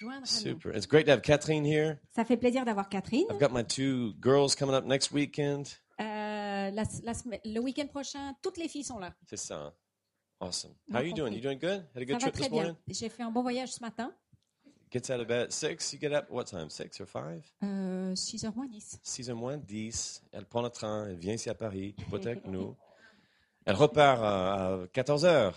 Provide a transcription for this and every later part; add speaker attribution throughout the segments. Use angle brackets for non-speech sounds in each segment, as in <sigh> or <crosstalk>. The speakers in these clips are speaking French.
Speaker 1: joindre à nous.
Speaker 2: Super. It's great to have Kathleen here.
Speaker 1: Ça fait plaisir d'avoir Catherine.
Speaker 2: I've got my two girls coming up next weekend.
Speaker 1: Euh, la- la semaine- le week-end prochain, toutes les filles sont là.
Speaker 2: C'est ça. hein? uh, Awesome.
Speaker 1: Bon
Speaker 2: How are you doing?
Speaker 1: compris.
Speaker 2: You doing good?
Speaker 1: Oh,
Speaker 2: Had a
Speaker 1: Ça
Speaker 2: good
Speaker 1: va
Speaker 2: trip
Speaker 1: très
Speaker 2: this
Speaker 1: bien.
Speaker 2: morning?
Speaker 1: J'ai fait un bon voyage ce matin,
Speaker 2: Gets out of bed at 6. You get up, what time? 6 or 5?
Speaker 1: euh, 6h moins 10.
Speaker 2: 6 h moins 10. Elle prend le train. Elle vient ici à Paris. Hypothèque, nous. Elle repart euh, à 14 h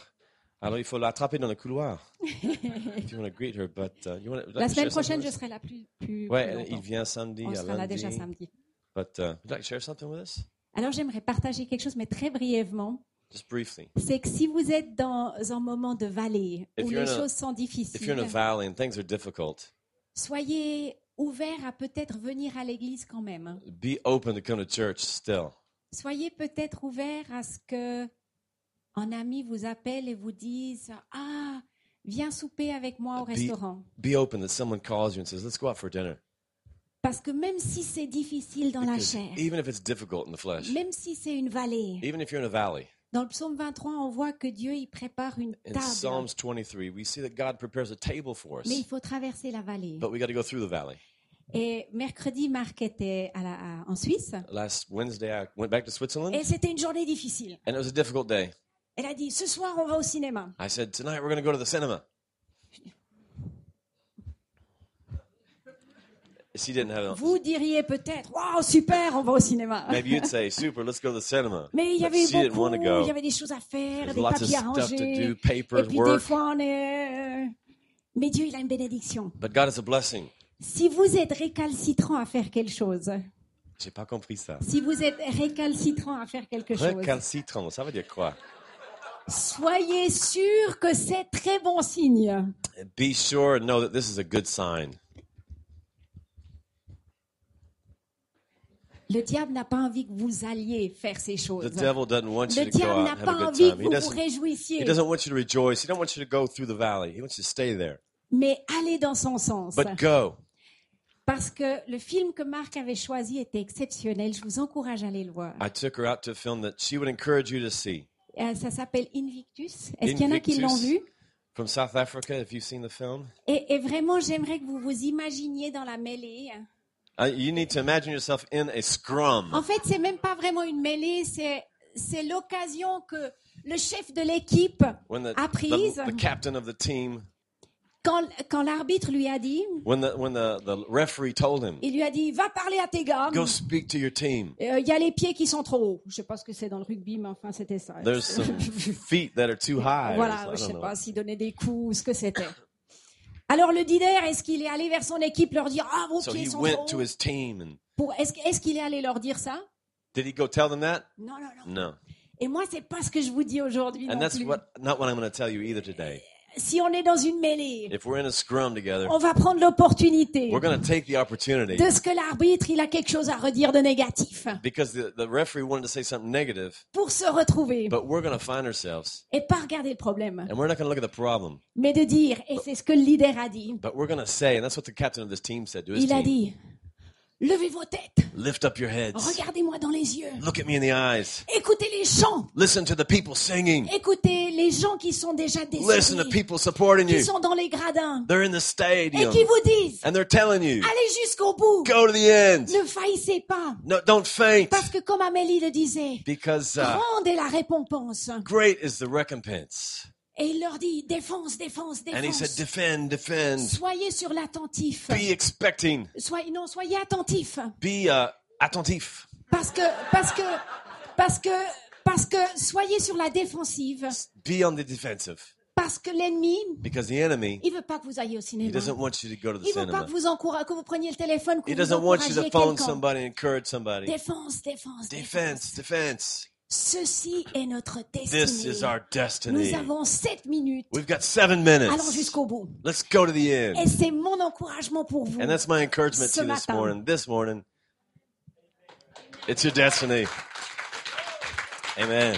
Speaker 2: Alors, il faut l'attraper dans le couloir. If you want to greet her, but... uh, you wanna-
Speaker 1: La semaine
Speaker 2: share something
Speaker 1: prochaine,
Speaker 2: with
Speaker 1: je
Speaker 2: us?
Speaker 1: serai là plus, plus,
Speaker 2: Ouais,
Speaker 1: plus
Speaker 2: elle- il
Speaker 1: longtemps.
Speaker 2: vient samedi
Speaker 1: On
Speaker 2: à
Speaker 1: sera là
Speaker 2: lundi.
Speaker 1: déjà samedi.
Speaker 2: But uh, would you like to share something with us?
Speaker 1: Alors, j'aimerais partager quelque chose, mais très brièvement.
Speaker 2: Just briefly.
Speaker 1: C'est que si vous êtes dans un moment de vallée
Speaker 2: If
Speaker 1: où
Speaker 2: you're
Speaker 1: les
Speaker 2: in a-
Speaker 1: choses sont
Speaker 2: If you're in a
Speaker 1: difficiles,
Speaker 2: valley and things are difficult,
Speaker 1: soyez ouverts à peut-être venir à l'église quand même.
Speaker 2: be open to come to church still.
Speaker 1: Soyez peut-être ouverts à ce que un ami vous appelle et vous dise Ah, viens souper avec moi au
Speaker 2: Puis-
Speaker 1: restaurant.
Speaker 2: Be open that someone calls you and says, "Let's go out for dinner."
Speaker 1: Parce que même si c'est difficile dans la
Speaker 2: Because
Speaker 1: chair,
Speaker 2: even if it's difficult in the flesh,
Speaker 1: même si c'est une vallée,
Speaker 2: even if you're in a valley.
Speaker 1: dans le psaume 23, on voit que Dieu il prépare une
Speaker 2: In
Speaker 1: table.
Speaker 2: Psalms 23, we see that God prepares a table for us,
Speaker 1: Mais il faut traverser la vallée.
Speaker 2: but we got to go through the valley.
Speaker 1: Et mercredi, Marc était à la- à- en Suisse.
Speaker 2: Last Wednesday, I went back to Switzerland,
Speaker 1: Et c'était une journée difficile.
Speaker 2: and it was a difficult day.
Speaker 1: Elle a dit, ce soir, on va au cinéma.
Speaker 2: I said, "Tonight we're going to go to the cinema." She didn't have an
Speaker 1: Vous diriez peut-être, waouh, super, on va au cinéma.
Speaker 2: Maybe you'd say, "Super, let's go to the cinema."
Speaker 1: Mais il y
Speaker 2: But
Speaker 1: avait
Speaker 2: she didn't
Speaker 1: beaucoup,
Speaker 2: wanna go.
Speaker 1: il y avait des choses à faire,
Speaker 2: There's
Speaker 1: des
Speaker 2: lots of
Speaker 1: papiers à
Speaker 2: stuff to
Speaker 1: ranger.
Speaker 2: do,
Speaker 1: Et
Speaker 2: papers,
Speaker 1: puis des
Speaker 2: work.
Speaker 1: fois, on est... euh, Mais Dieu, il a une bénédiction.
Speaker 2: But God is a blessing.
Speaker 1: Si vous êtes récalcitrant à faire quelque chose,
Speaker 2: J'ai pas compris ça.
Speaker 1: si vous êtes récalcitrant à faire <laughs> quelque chose,
Speaker 2: Récalcitrant, ça veut dire quoi?
Speaker 1: soyez sûr que c'est très bon signe.
Speaker 2: Be sure and know that this is a good sign.
Speaker 1: Le diable n'a pas envie que vous alliez faire ces
Speaker 2: The
Speaker 1: choses.
Speaker 2: devil doesn't want you
Speaker 1: Le
Speaker 2: to go
Speaker 1: diable
Speaker 2: out
Speaker 1: n'a
Speaker 2: and have a
Speaker 1: pas
Speaker 2: good
Speaker 1: envie
Speaker 2: time.
Speaker 1: que
Speaker 2: He
Speaker 1: vous vous
Speaker 2: doesn't, he
Speaker 1: réjouissiez,
Speaker 2: doesn't want you to rejoice. He doesn't want you to go through the valley. He wants you to stay there.
Speaker 1: mais allez dans son sens.
Speaker 2: But go.
Speaker 1: Parce que le film que Marc avait choisi était exceptionnel. Je vous encourage à aller le voir.
Speaker 2: I took her out to a film that she would encourage you to see.
Speaker 1: Euh, ça s'appelle Invictus. Est-ce qu'il y en a qui
Speaker 2: Invictus.
Speaker 1: l'ont vu
Speaker 2: From South Africa, if you've seen the film,
Speaker 1: et, et vraiment, j'aimerais que vous vous imaginiez dans la mêlée.
Speaker 2: uh, you need to imagine yourself in a scrum.
Speaker 1: En fait, c'est même pas vraiment une mêlée, c'est c'est l'occasion que le chef de l'équipe,
Speaker 2: When the,
Speaker 1: à
Speaker 2: the,
Speaker 1: prise.
Speaker 2: the captain of the team,
Speaker 1: quand, quand l'arbitre lui a dit,
Speaker 2: when the, when the, the referee told him,
Speaker 1: il lui a dit, va parler à tes gars.
Speaker 2: go speak to your team.
Speaker 1: Euh, Il y a les pieds qui sont trop hauts. Je sais pas ce que c'est dans le rugby, mais enfin, c'était ça. <laughs>
Speaker 2: There's some feet that are too high. or
Speaker 1: voilà, je
Speaker 2: something. I
Speaker 1: sais
Speaker 2: don't know.
Speaker 1: pas s'il donnait des coups, ce que c'était. Alors le leader, est-ce qu'il est allé vers son équipe leur dire ah vos
Speaker 2: So
Speaker 1: pieds
Speaker 2: he
Speaker 1: sont
Speaker 2: went
Speaker 1: trop
Speaker 2: to
Speaker 1: hauts
Speaker 2: his team and
Speaker 1: Pour- Est-ce est-ce qu'il est allé leur dire ça
Speaker 2: did he go tell them that?
Speaker 1: Non, non, non.
Speaker 2: No.
Speaker 1: Et moi, c'est pas ce que je vous dis aujourd'hui. non
Speaker 2: Mm. And that's
Speaker 1: plus.
Speaker 2: what not what I'm going to tell you either today.
Speaker 1: Si on est dans une mêlée,
Speaker 2: If we're in a scrum together,
Speaker 1: on va prendre l'opportunité
Speaker 2: we're going to take the opportunity
Speaker 1: de ce que l'arbitre il a quelque chose à redire de négatif
Speaker 2: because the, the referee wanted to say something negative,
Speaker 1: pour se retrouver
Speaker 2: but we're going to find ourselves
Speaker 1: et pas regarder le problème,
Speaker 2: and we're not going to look at the problem,
Speaker 1: mais de dire et c'est ce que le leader a dit.
Speaker 2: but we're going to say, and that's what the captain of this team said to his
Speaker 1: Il a
Speaker 2: team,
Speaker 1: dit levez vos têtes,
Speaker 2: lift up your
Speaker 1: Oh,
Speaker 2: heads,
Speaker 1: regardez-moi dans les yeux,
Speaker 2: look at me in the eyes,
Speaker 1: écoutez les chants.
Speaker 2: listen to the people singing,
Speaker 1: Écoutez les gens qui sont déjà
Speaker 2: listen to
Speaker 1: décédés,
Speaker 2: people supporting
Speaker 1: qui
Speaker 2: you.
Speaker 1: sont dans les gradins
Speaker 2: They're in the
Speaker 1: et
Speaker 2: stadium
Speaker 1: qui vous disent
Speaker 2: and they're telling you,
Speaker 1: allez jusqu'au bout,
Speaker 2: go to the end.
Speaker 1: ne faillissez pas,
Speaker 2: No, don't faint
Speaker 1: parce que comme Amélie le disait,
Speaker 2: because uh,
Speaker 1: grande est la récompense.
Speaker 2: great is the recompense.
Speaker 1: Et il leur dit défense, défense,
Speaker 2: And he said,
Speaker 1: défense.
Speaker 2: defend, defend.
Speaker 1: Soyez sur l'attentif.
Speaker 2: Be expecting.
Speaker 1: Soyez non, soyez attentif,
Speaker 2: Be uh, attentif.
Speaker 1: parce que parce que parce que parce que soyez sur la défensive,
Speaker 2: Be on the defensive
Speaker 1: parce que l'ennemi
Speaker 2: because the enemy,
Speaker 1: il veut pas que vous ayez au
Speaker 2: he
Speaker 1: cinéma.
Speaker 2: doesn't want you to go to
Speaker 1: Il
Speaker 2: the
Speaker 1: veut pas
Speaker 2: cinema.
Speaker 1: que vous encouragez, que vous preniez le téléphone, que
Speaker 2: He
Speaker 1: vous
Speaker 2: doesn't want you
Speaker 1: encouragiez
Speaker 2: to phone
Speaker 1: quelqu'un.
Speaker 2: somebody and encourage somebody.
Speaker 1: Défense, défense, défense.
Speaker 2: Defense, defense.
Speaker 1: Ceci est notre
Speaker 2: This is
Speaker 1: destinée.
Speaker 2: our destiny.
Speaker 1: Nous avons sept minutes.
Speaker 2: We've got seven
Speaker 1: Allons
Speaker 2: minutes.
Speaker 1: jusqu'au bout.
Speaker 2: Let's go to the
Speaker 1: Et
Speaker 2: end.
Speaker 1: c'est mon encouragement pour vous.
Speaker 2: And that's my encouragement to you this morning. This morning, it's your destiny. Amen.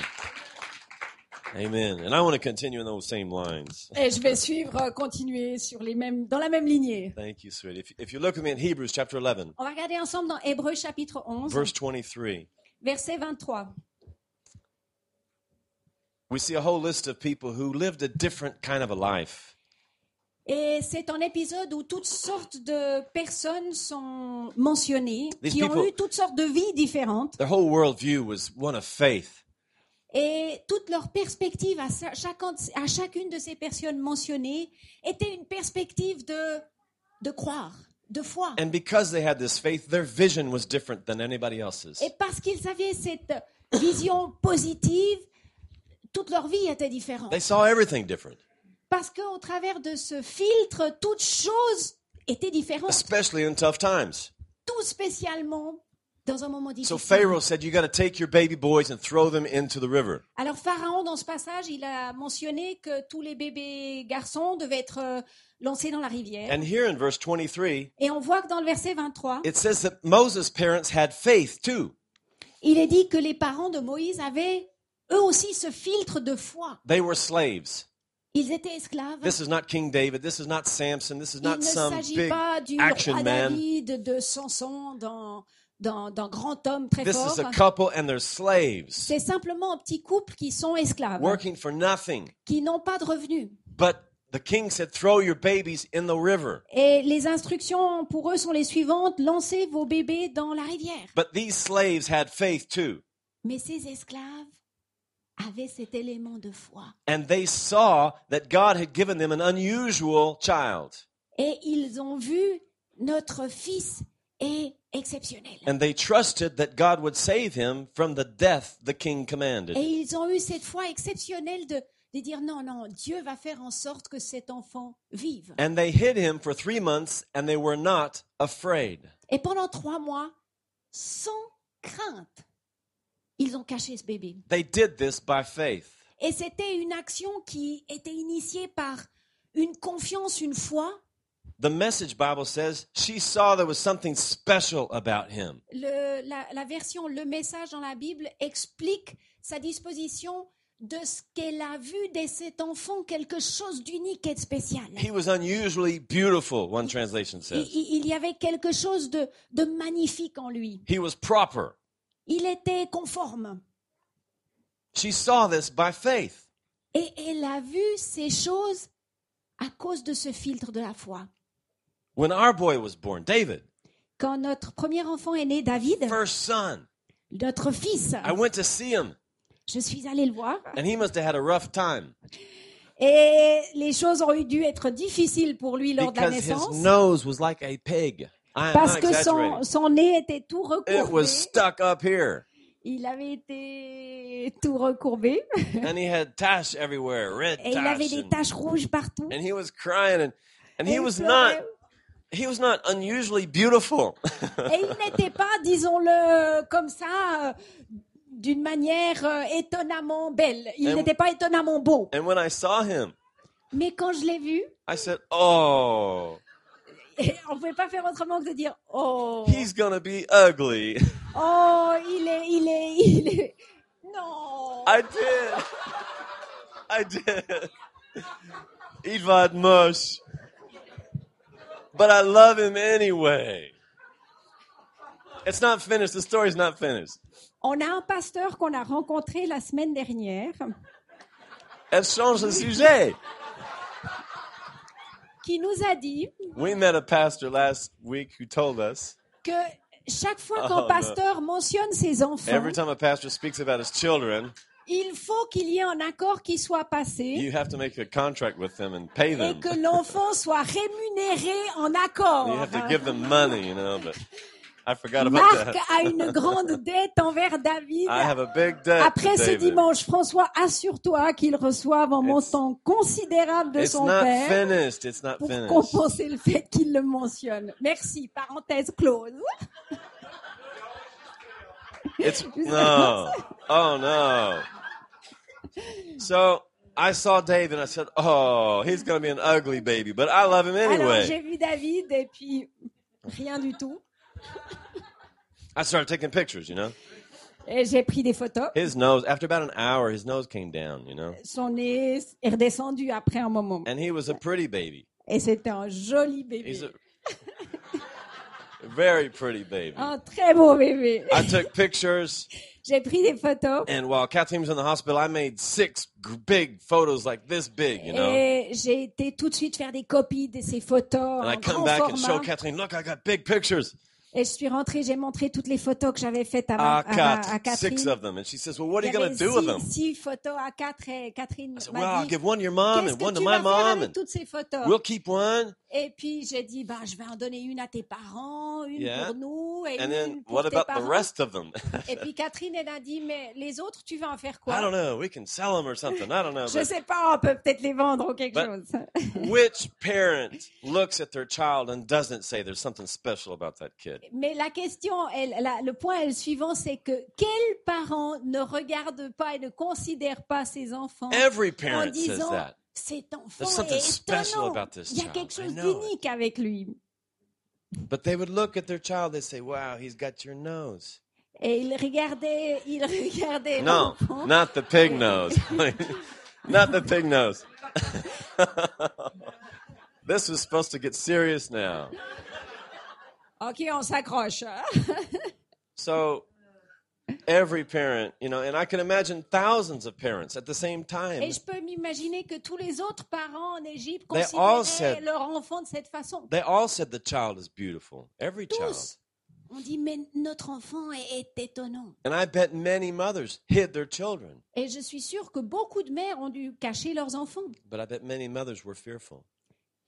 Speaker 2: Amen. And I want to continue in those same lines.
Speaker 1: Et je vais suivre, euh, continuer sur les mêmes, dans la même lignée.
Speaker 2: Thank you, sweetie. If, if you look with me in Hebrews chapter 11,
Speaker 1: On va regarder ensemble dans Hébreux chapitre 11,
Speaker 2: verse 23,
Speaker 1: verset 23.
Speaker 2: we see a whole list of people who lived a different kind of a life.
Speaker 1: Et c'est un épisode où toutes sortes de personnes sont mentionnées,
Speaker 2: These
Speaker 1: qui ont
Speaker 2: people-
Speaker 1: eu toutes sortes de vies différentes.
Speaker 2: Their whole worldview was one of faith.
Speaker 1: Et toute leur perspective à, sa- chacun de- à chacune de ces personnes mentionnées était une perspective de, de croire, de foi.
Speaker 2: And because they had this faith, their vision was different than anybody else's.
Speaker 1: Et parce qu'ils avaient cette vision positive, toute leur vie était différente.
Speaker 2: They saw everything different,
Speaker 1: Parce qu'au travers de ce filtre, toute chose était différente,
Speaker 2: especially in tough times.
Speaker 1: tout spécialement dans un moment
Speaker 2: So
Speaker 1: difficile.
Speaker 2: Pharaoh said, You got to take your baby boys and throw them into the river.
Speaker 1: Alors Pharaon, dans ce passage, il a mentionné que tous les bébés garçons devaient être euh, lancés dans la rivière.
Speaker 2: And here in verse 23,
Speaker 1: Et on voit que dans le verset 23,
Speaker 2: it says that Moses' parents had faith too.
Speaker 1: il est dit que les parents de Moïse avaient eux aussi ce filtre de foi.
Speaker 2: They were slaves.
Speaker 1: Ils étaient esclaves.
Speaker 2: This is not King David. This is not Samson. This is
Speaker 1: Il ne
Speaker 2: not some
Speaker 1: s'agit
Speaker 2: big.
Speaker 1: pas du
Speaker 2: action
Speaker 1: roi
Speaker 2: man.
Speaker 1: David, de Samson, d'un d'un- d'un grand homme très
Speaker 2: This
Speaker 1: fort.
Speaker 2: is a couple and they're slaves
Speaker 1: C'est simplement un petit couple qui sont esclaves,
Speaker 2: working for nothing.
Speaker 1: qui n'ont pas de revenus.
Speaker 2: But the king said, Throw your babies in the river.
Speaker 1: Et les instructions pour eux sont les suivantes lancez vos bébés dans la rivière.
Speaker 2: But these slaves had faith too.
Speaker 1: Mais ces esclaves avaient cet élément de foi.
Speaker 2: And they saw that God had given them an unusual child.
Speaker 1: Et ils ont vu notre fils est exceptionnel.
Speaker 2: And they trusted that God would save him from the death the king commanded.
Speaker 1: Et ils ont eu cette foi exceptionnelle de, de dire non, non, Dieu va faire en sorte que cet enfant vive.
Speaker 2: And they hid him for three months, and they were not afraid.
Speaker 1: Et pendant trois mois, sans crainte, ils ont caché ce bébé.
Speaker 2: They did this by faith.
Speaker 1: Et c'était une action qui était initiée par une confiance, une foi.
Speaker 2: The message Bible says she saw there was something special about him.
Speaker 1: Le- la, la version, le message dans la Bible explique sa disposition de ce qu'elle a vu dès cet enfant, quelque chose d'unique et de spécial.
Speaker 2: He was unusually beautiful, one translation
Speaker 1: Il,
Speaker 2: says.
Speaker 1: il- il y avait quelque chose de, de magnifique en lui.
Speaker 2: He was proper.
Speaker 1: Il était conforme.
Speaker 2: She saw this by faith.
Speaker 1: Et elle a vu ces choses à cause de ce filtre de la foi.
Speaker 2: When our boy was born, David,
Speaker 1: Quand notre premier enfant est né, David,
Speaker 2: first son,
Speaker 1: notre fils,
Speaker 2: I went to see him,
Speaker 1: je suis allée le voir
Speaker 2: and he must have had a rough time
Speaker 1: et les choses ont eu dû être difficiles pour lui lors de la
Speaker 2: because his
Speaker 1: naissance
Speaker 2: nose was like a pig. I am
Speaker 1: parce
Speaker 2: not
Speaker 1: que son,
Speaker 2: exaggerating.
Speaker 1: son nez était tout
Speaker 2: It
Speaker 1: recourbé.
Speaker 2: was stuck up here,
Speaker 1: Il avait été tout recourbé
Speaker 2: and he had tash everywhere,
Speaker 1: <laughs>
Speaker 2: red
Speaker 1: et il avait
Speaker 2: tash,
Speaker 1: des
Speaker 2: and,
Speaker 1: taches rouges partout.
Speaker 2: and he was crying, and and
Speaker 1: Et
Speaker 2: he
Speaker 1: il
Speaker 2: was
Speaker 1: pleurait.
Speaker 2: not he was not unusually beautiful. <laughs>
Speaker 1: Et il n'était pas, disons-le comme ça, euh, d'une manière euh, étonnamment belle. Il
Speaker 2: And-
Speaker 1: n'était pas étonnamment beau.
Speaker 2: and when I saw him,
Speaker 1: Mais quand je l'ai vu, <laughs>
Speaker 2: I said, "Oh,
Speaker 1: on ne pouvait pas faire autrement que de dire Oh,
Speaker 2: he's gonna be ugly." <laughs>
Speaker 1: oh, il est, il est, il est. Non
Speaker 2: I did. I did. Il va être moche. But I love him anyway. It's not finished. The story's not finished.
Speaker 1: On a un pasteur qu'on a rencontré la semaine dernière
Speaker 2: Elle change le sujet.
Speaker 1: qui nous a dit
Speaker 2: We met a pastor last week who told us
Speaker 1: que chaque fois
Speaker 2: Oh,
Speaker 1: qu'un
Speaker 2: non.
Speaker 1: pasteur mentionne ses enfants,
Speaker 2: every time a pastor speaks about his children,
Speaker 1: il faut qu'il y ait un accord qui soit passé
Speaker 2: you have to make a contract with them and pay
Speaker 1: et
Speaker 2: them.
Speaker 1: que l'enfant soit rémunéré en
Speaker 2: You
Speaker 1: accord.
Speaker 2: have to give them money, you know, but I forgot about
Speaker 1: Marc
Speaker 2: that.
Speaker 1: a une grande dette envers David.
Speaker 2: I have a big debt. to
Speaker 1: Après ce
Speaker 2: David.
Speaker 1: dimanche, François, assure-toi qu'il reçoive un
Speaker 2: It's-
Speaker 1: montant considérable de
Speaker 2: It's
Speaker 1: son
Speaker 2: not
Speaker 1: père
Speaker 2: finished. It's not
Speaker 1: pour
Speaker 2: finished.
Speaker 1: compenser le fait qu'il le mentionne. Merci, parenthèse close.
Speaker 2: It's no. Oh no. So I saw David and I said, Oh, he's gonna be an ugly baby, but I love him
Speaker 1: Alors
Speaker 2: anyway.
Speaker 1: Ah j'ai vu David et puis rien du tout.
Speaker 2: I started taking pictures, you know.
Speaker 1: Et j'ai pris des photos.
Speaker 2: His nose after about an hour his nose came down, you know.
Speaker 1: Son nez est redescendu après un moment.
Speaker 2: And he was a pretty baby.
Speaker 1: <laughs> Et c'était un joli
Speaker 2: He's
Speaker 1: bébé.
Speaker 2: a Very pretty baby.
Speaker 1: Un très beau bébé.
Speaker 2: I took pictures,
Speaker 1: J'ai pris des photos
Speaker 2: and while Kathleen was in the hospital, I made six g- big photos like this big, you know.
Speaker 1: et j'ai été tout de suite faire des copies de ces photos
Speaker 2: And I
Speaker 1: en
Speaker 2: come
Speaker 1: grand
Speaker 2: back and show
Speaker 1: format.
Speaker 2: Kathleen, look, I got big pictures.
Speaker 1: Et je suis rentrée, j'ai montré toutes les photos que j'avais faites à, ma-
Speaker 2: I
Speaker 1: à ma- à
Speaker 2: got
Speaker 1: Catherine.
Speaker 2: Uh, Ah, six of them. And she says, well, what are
Speaker 1: Il
Speaker 2: you
Speaker 1: y
Speaker 2: going
Speaker 1: avait
Speaker 2: to do with them?
Speaker 1: six, six photos à quatre et Catherine
Speaker 2: I said, well,
Speaker 1: m'a
Speaker 2: I'll
Speaker 1: dit
Speaker 2: give one to your mom
Speaker 1: Qu'est-ce
Speaker 2: and one
Speaker 1: que
Speaker 2: to
Speaker 1: tu
Speaker 2: my
Speaker 1: vas faire
Speaker 2: mom,
Speaker 1: avec
Speaker 2: and
Speaker 1: toutes ces photos
Speaker 2: we'll keep one.
Speaker 1: Et puis j'ai dit bah, Je vais en donner une à tes parents, une
Speaker 2: Yeah.
Speaker 1: pour nous et
Speaker 2: And
Speaker 1: une
Speaker 2: then
Speaker 1: pour
Speaker 2: what
Speaker 1: tes
Speaker 2: about the
Speaker 1: parents.
Speaker 2: rest of them?
Speaker 1: Et puis Catherine, elle a dit Mais les autres, tu vas en faire
Speaker 2: I don't
Speaker 1: quoi
Speaker 2: know. We can sell them or something. I don't know.
Speaker 1: Je <laughs>
Speaker 2: But
Speaker 1: sais pas, on peut peut-être les vendre ou quelque
Speaker 2: But-
Speaker 1: chose.
Speaker 2: which parent looks at their child and doesn't say there's something special about that kid?
Speaker 1: Mais la question, elle- la- le point elle, suivant, c'est que quel parent ne regarde pas et ne considère pas ses enfants
Speaker 2: Every
Speaker 1: en
Speaker 2: parent says
Speaker 1: disant
Speaker 2: that.
Speaker 1: Cet enfant
Speaker 2: Eh, There's something
Speaker 1: est
Speaker 2: special
Speaker 1: étonnant.
Speaker 2: about this
Speaker 1: Il y a
Speaker 2: child.
Speaker 1: quelque
Speaker 2: I
Speaker 1: chose
Speaker 2: know it.
Speaker 1: d'unique avec lui.
Speaker 2: But they would look at their child. They say, "Wow, he's got your nose."
Speaker 1: Et il regardait, il <laughs> regardait
Speaker 2: No,
Speaker 1: l'enfant.
Speaker 2: not the pig nose. not the pig nose. <laughs> this was supposed to get serious now.
Speaker 1: Ok, on s'accroche. hein.
Speaker 2: So every parent, you know, and I can imagine thousands of parents at the same
Speaker 1: Et
Speaker 2: time.
Speaker 1: je peux m'imaginer que tous les autres parents en Égypte
Speaker 2: They all
Speaker 1: considéraient
Speaker 2: said-
Speaker 1: leur enfant de cette façon.
Speaker 2: They all said the child is beautiful. Every child.
Speaker 1: Tous. On dit, mais notre enfant est, est étonnant.
Speaker 2: And I bet many mothers hid their children,
Speaker 1: Et je suis sûre que beaucoup de mères ont dû cacher leurs enfants.
Speaker 2: but I bet many mothers were fearful.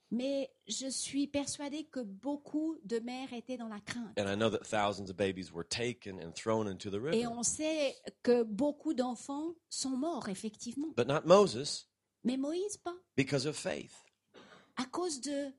Speaker 1: Mais je suis persuadée que beaucoup de mères étaient dans la crainte.
Speaker 2: And I know that thousands of babies were taken and thrown into the
Speaker 1: Et
Speaker 2: river.
Speaker 1: on sait que beaucoup d'enfants sont morts, effectivement.
Speaker 2: But not Moses
Speaker 1: Mais Moïse, pas.
Speaker 2: because of faith.
Speaker 1: À cause de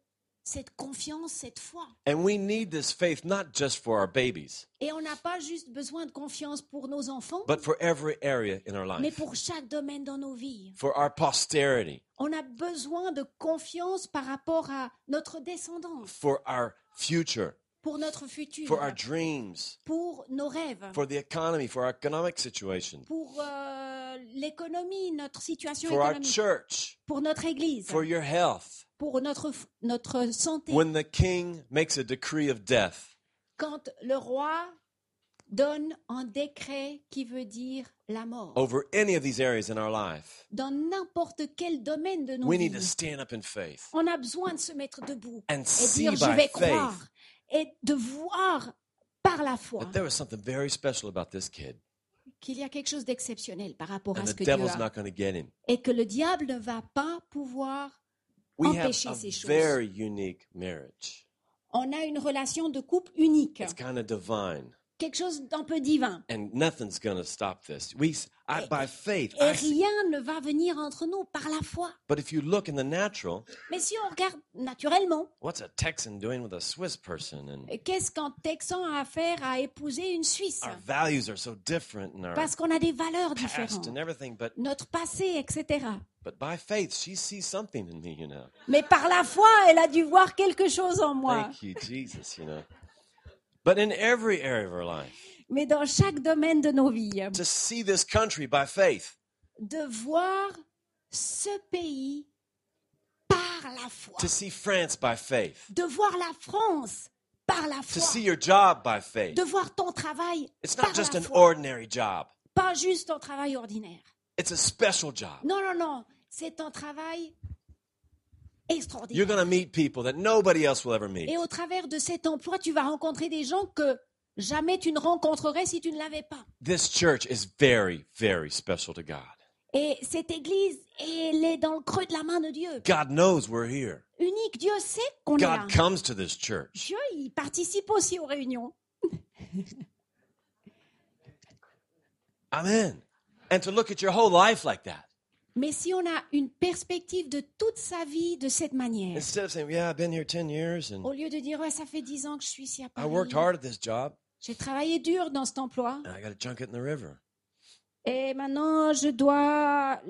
Speaker 1: cette confiance, cette foi.
Speaker 2: And we need this faith not just for our babies,
Speaker 1: Et on n'a pas juste besoin de confiance pour nos enfants,
Speaker 2: but for every area in our
Speaker 1: mais
Speaker 2: life,
Speaker 1: pour chaque domaine dans nos vies.
Speaker 2: for our posterity,
Speaker 1: On a besoin de confiance par rapport à notre descendance,
Speaker 2: for our future,
Speaker 1: pour notre futur,
Speaker 2: for our dreams,
Speaker 1: pour nos rêves,
Speaker 2: for the economy, for our economic situation,
Speaker 1: pour euh, l'économie, notre situation
Speaker 2: for our
Speaker 1: économique,
Speaker 2: church,
Speaker 1: pour notre église,
Speaker 2: for your health.
Speaker 1: pour notre, f- notre santé.
Speaker 2: When the king makes a decree of death,
Speaker 1: Quand le roi donne un décret qui veut dire la mort,
Speaker 2: over any of these areas in our life,
Speaker 1: dans n'importe quel domaine de nos
Speaker 2: we need
Speaker 1: vies,
Speaker 2: to stand up in faith
Speaker 1: on a besoin de se mettre debout.
Speaker 2: and
Speaker 1: et
Speaker 2: see
Speaker 1: dire Oh, e je
Speaker 2: by
Speaker 1: vais
Speaker 2: faith
Speaker 1: croire et de voir par la foi
Speaker 2: that there was something very special about this kid,
Speaker 1: qu'il y a quelque chose d'exceptionnel par rapport à
Speaker 2: and
Speaker 1: ce
Speaker 2: the
Speaker 1: que Dieu
Speaker 2: devil's
Speaker 1: a
Speaker 2: not going to get him.
Speaker 1: et que le diable ne va pas pouvoir
Speaker 2: We have
Speaker 1: empêcher
Speaker 2: a
Speaker 1: ces choses.
Speaker 2: very unique marriage.
Speaker 1: On a une relation de couple unique,
Speaker 2: It's kind of divine,
Speaker 1: quelque chose d'un peu divin.
Speaker 2: and nothing's going to stop this. We,
Speaker 1: E
Speaker 2: I, by faith,
Speaker 1: Et
Speaker 2: I see.
Speaker 1: rien ne va venir entre nous par la foi.
Speaker 2: But if you look in the natural,
Speaker 1: Mais si on regarde naturellement,
Speaker 2: what's a Texan doing with a Swiss person? And
Speaker 1: qu'est-ce qu'un Texan a à faire à épouser une Suisse
Speaker 2: our values are so different, and our
Speaker 1: Parce qu'on a des valeurs
Speaker 2: past
Speaker 1: différentes,
Speaker 2: and everything. But
Speaker 1: notre passé, etc.
Speaker 2: but by faith, she sees something in me, you know.
Speaker 1: Mais par la foi, elle a dû voir quelque chose en moi.
Speaker 2: Thank you, Jesus. You know. But in every area of our life.
Speaker 1: mais dans chaque domaine de nos vies,
Speaker 2: to see this country by faith.
Speaker 1: de voir ce pays par la foi,
Speaker 2: To see France by faith.
Speaker 1: de voir la France par la
Speaker 2: To
Speaker 1: foi,
Speaker 2: see your job by faith.
Speaker 1: de voir ton travail
Speaker 2: It's
Speaker 1: par
Speaker 2: not just
Speaker 1: la
Speaker 2: an
Speaker 1: foi,
Speaker 2: ordinary job.
Speaker 1: pas juste ton travail ordinaire.
Speaker 2: It's a special job.
Speaker 1: Non, non, non, c'est un travail
Speaker 2: You're
Speaker 1: extraordinaire.
Speaker 2: going to meet people that nobody else will ever meet.
Speaker 1: Et au travers de cet emploi, tu vas rencontrer des gens que jamais tu ne rencontrerais si tu ne l'avais pas.
Speaker 2: This church is very, very special to God.
Speaker 1: Et cette église, elle est dans le creux de la main de Dieu.
Speaker 2: God knows we're here.
Speaker 1: Unique, Dieu sait qu'on est là.
Speaker 2: God comes to this church.
Speaker 1: Dieu, il participe aussi aux réunions.
Speaker 2: Amen. And to look at your whole life like that
Speaker 1: Mais si on a une perspective de toute sa vie de cette manière,
Speaker 2: instead of saying, Yeah, I've been here 10 years and
Speaker 1: au lieu de dire ouais, ça fait 10 ans que je suis ici à
Speaker 2: I worked
Speaker 1: Paris,
Speaker 2: hard at this job
Speaker 1: j'ai travaillé dur dans cet emploi
Speaker 2: and I got to chunk it in the river.
Speaker 1: et maintenant je dois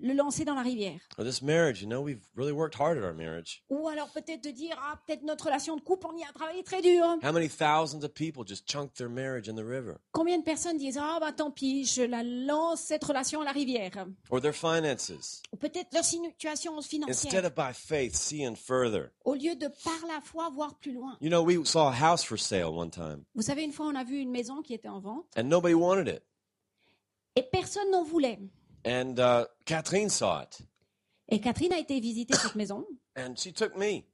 Speaker 1: le lancer dans la rivière.
Speaker 2: Or this marriage, you know, we've really worked hard at our marriage.
Speaker 1: Ou alors peut-être de dire, ah, peut-être notre relation de couple, on y a travaillé très dur.
Speaker 2: How many thousands of people just chunked their marriage in the river?
Speaker 1: Combien de personnes disent, ah, bah tant pis, je la lance, cette relation à la rivière.
Speaker 2: Or their finances?
Speaker 1: Ou peut-être leur situation
Speaker 2: Instead
Speaker 1: financière.
Speaker 2: of by faith, seeing further.
Speaker 1: Au lieu de par la foi voir plus loin.
Speaker 2: You know, we saw a house for sale one time,
Speaker 1: Vous savez, une fois, on a vu une maison qui était en vente
Speaker 2: and nobody wanted it.
Speaker 1: et personne n'en voulait.
Speaker 2: And uh, Catherine saw it,
Speaker 1: Et Catherine a été visiter cette maison
Speaker 2: and she took me.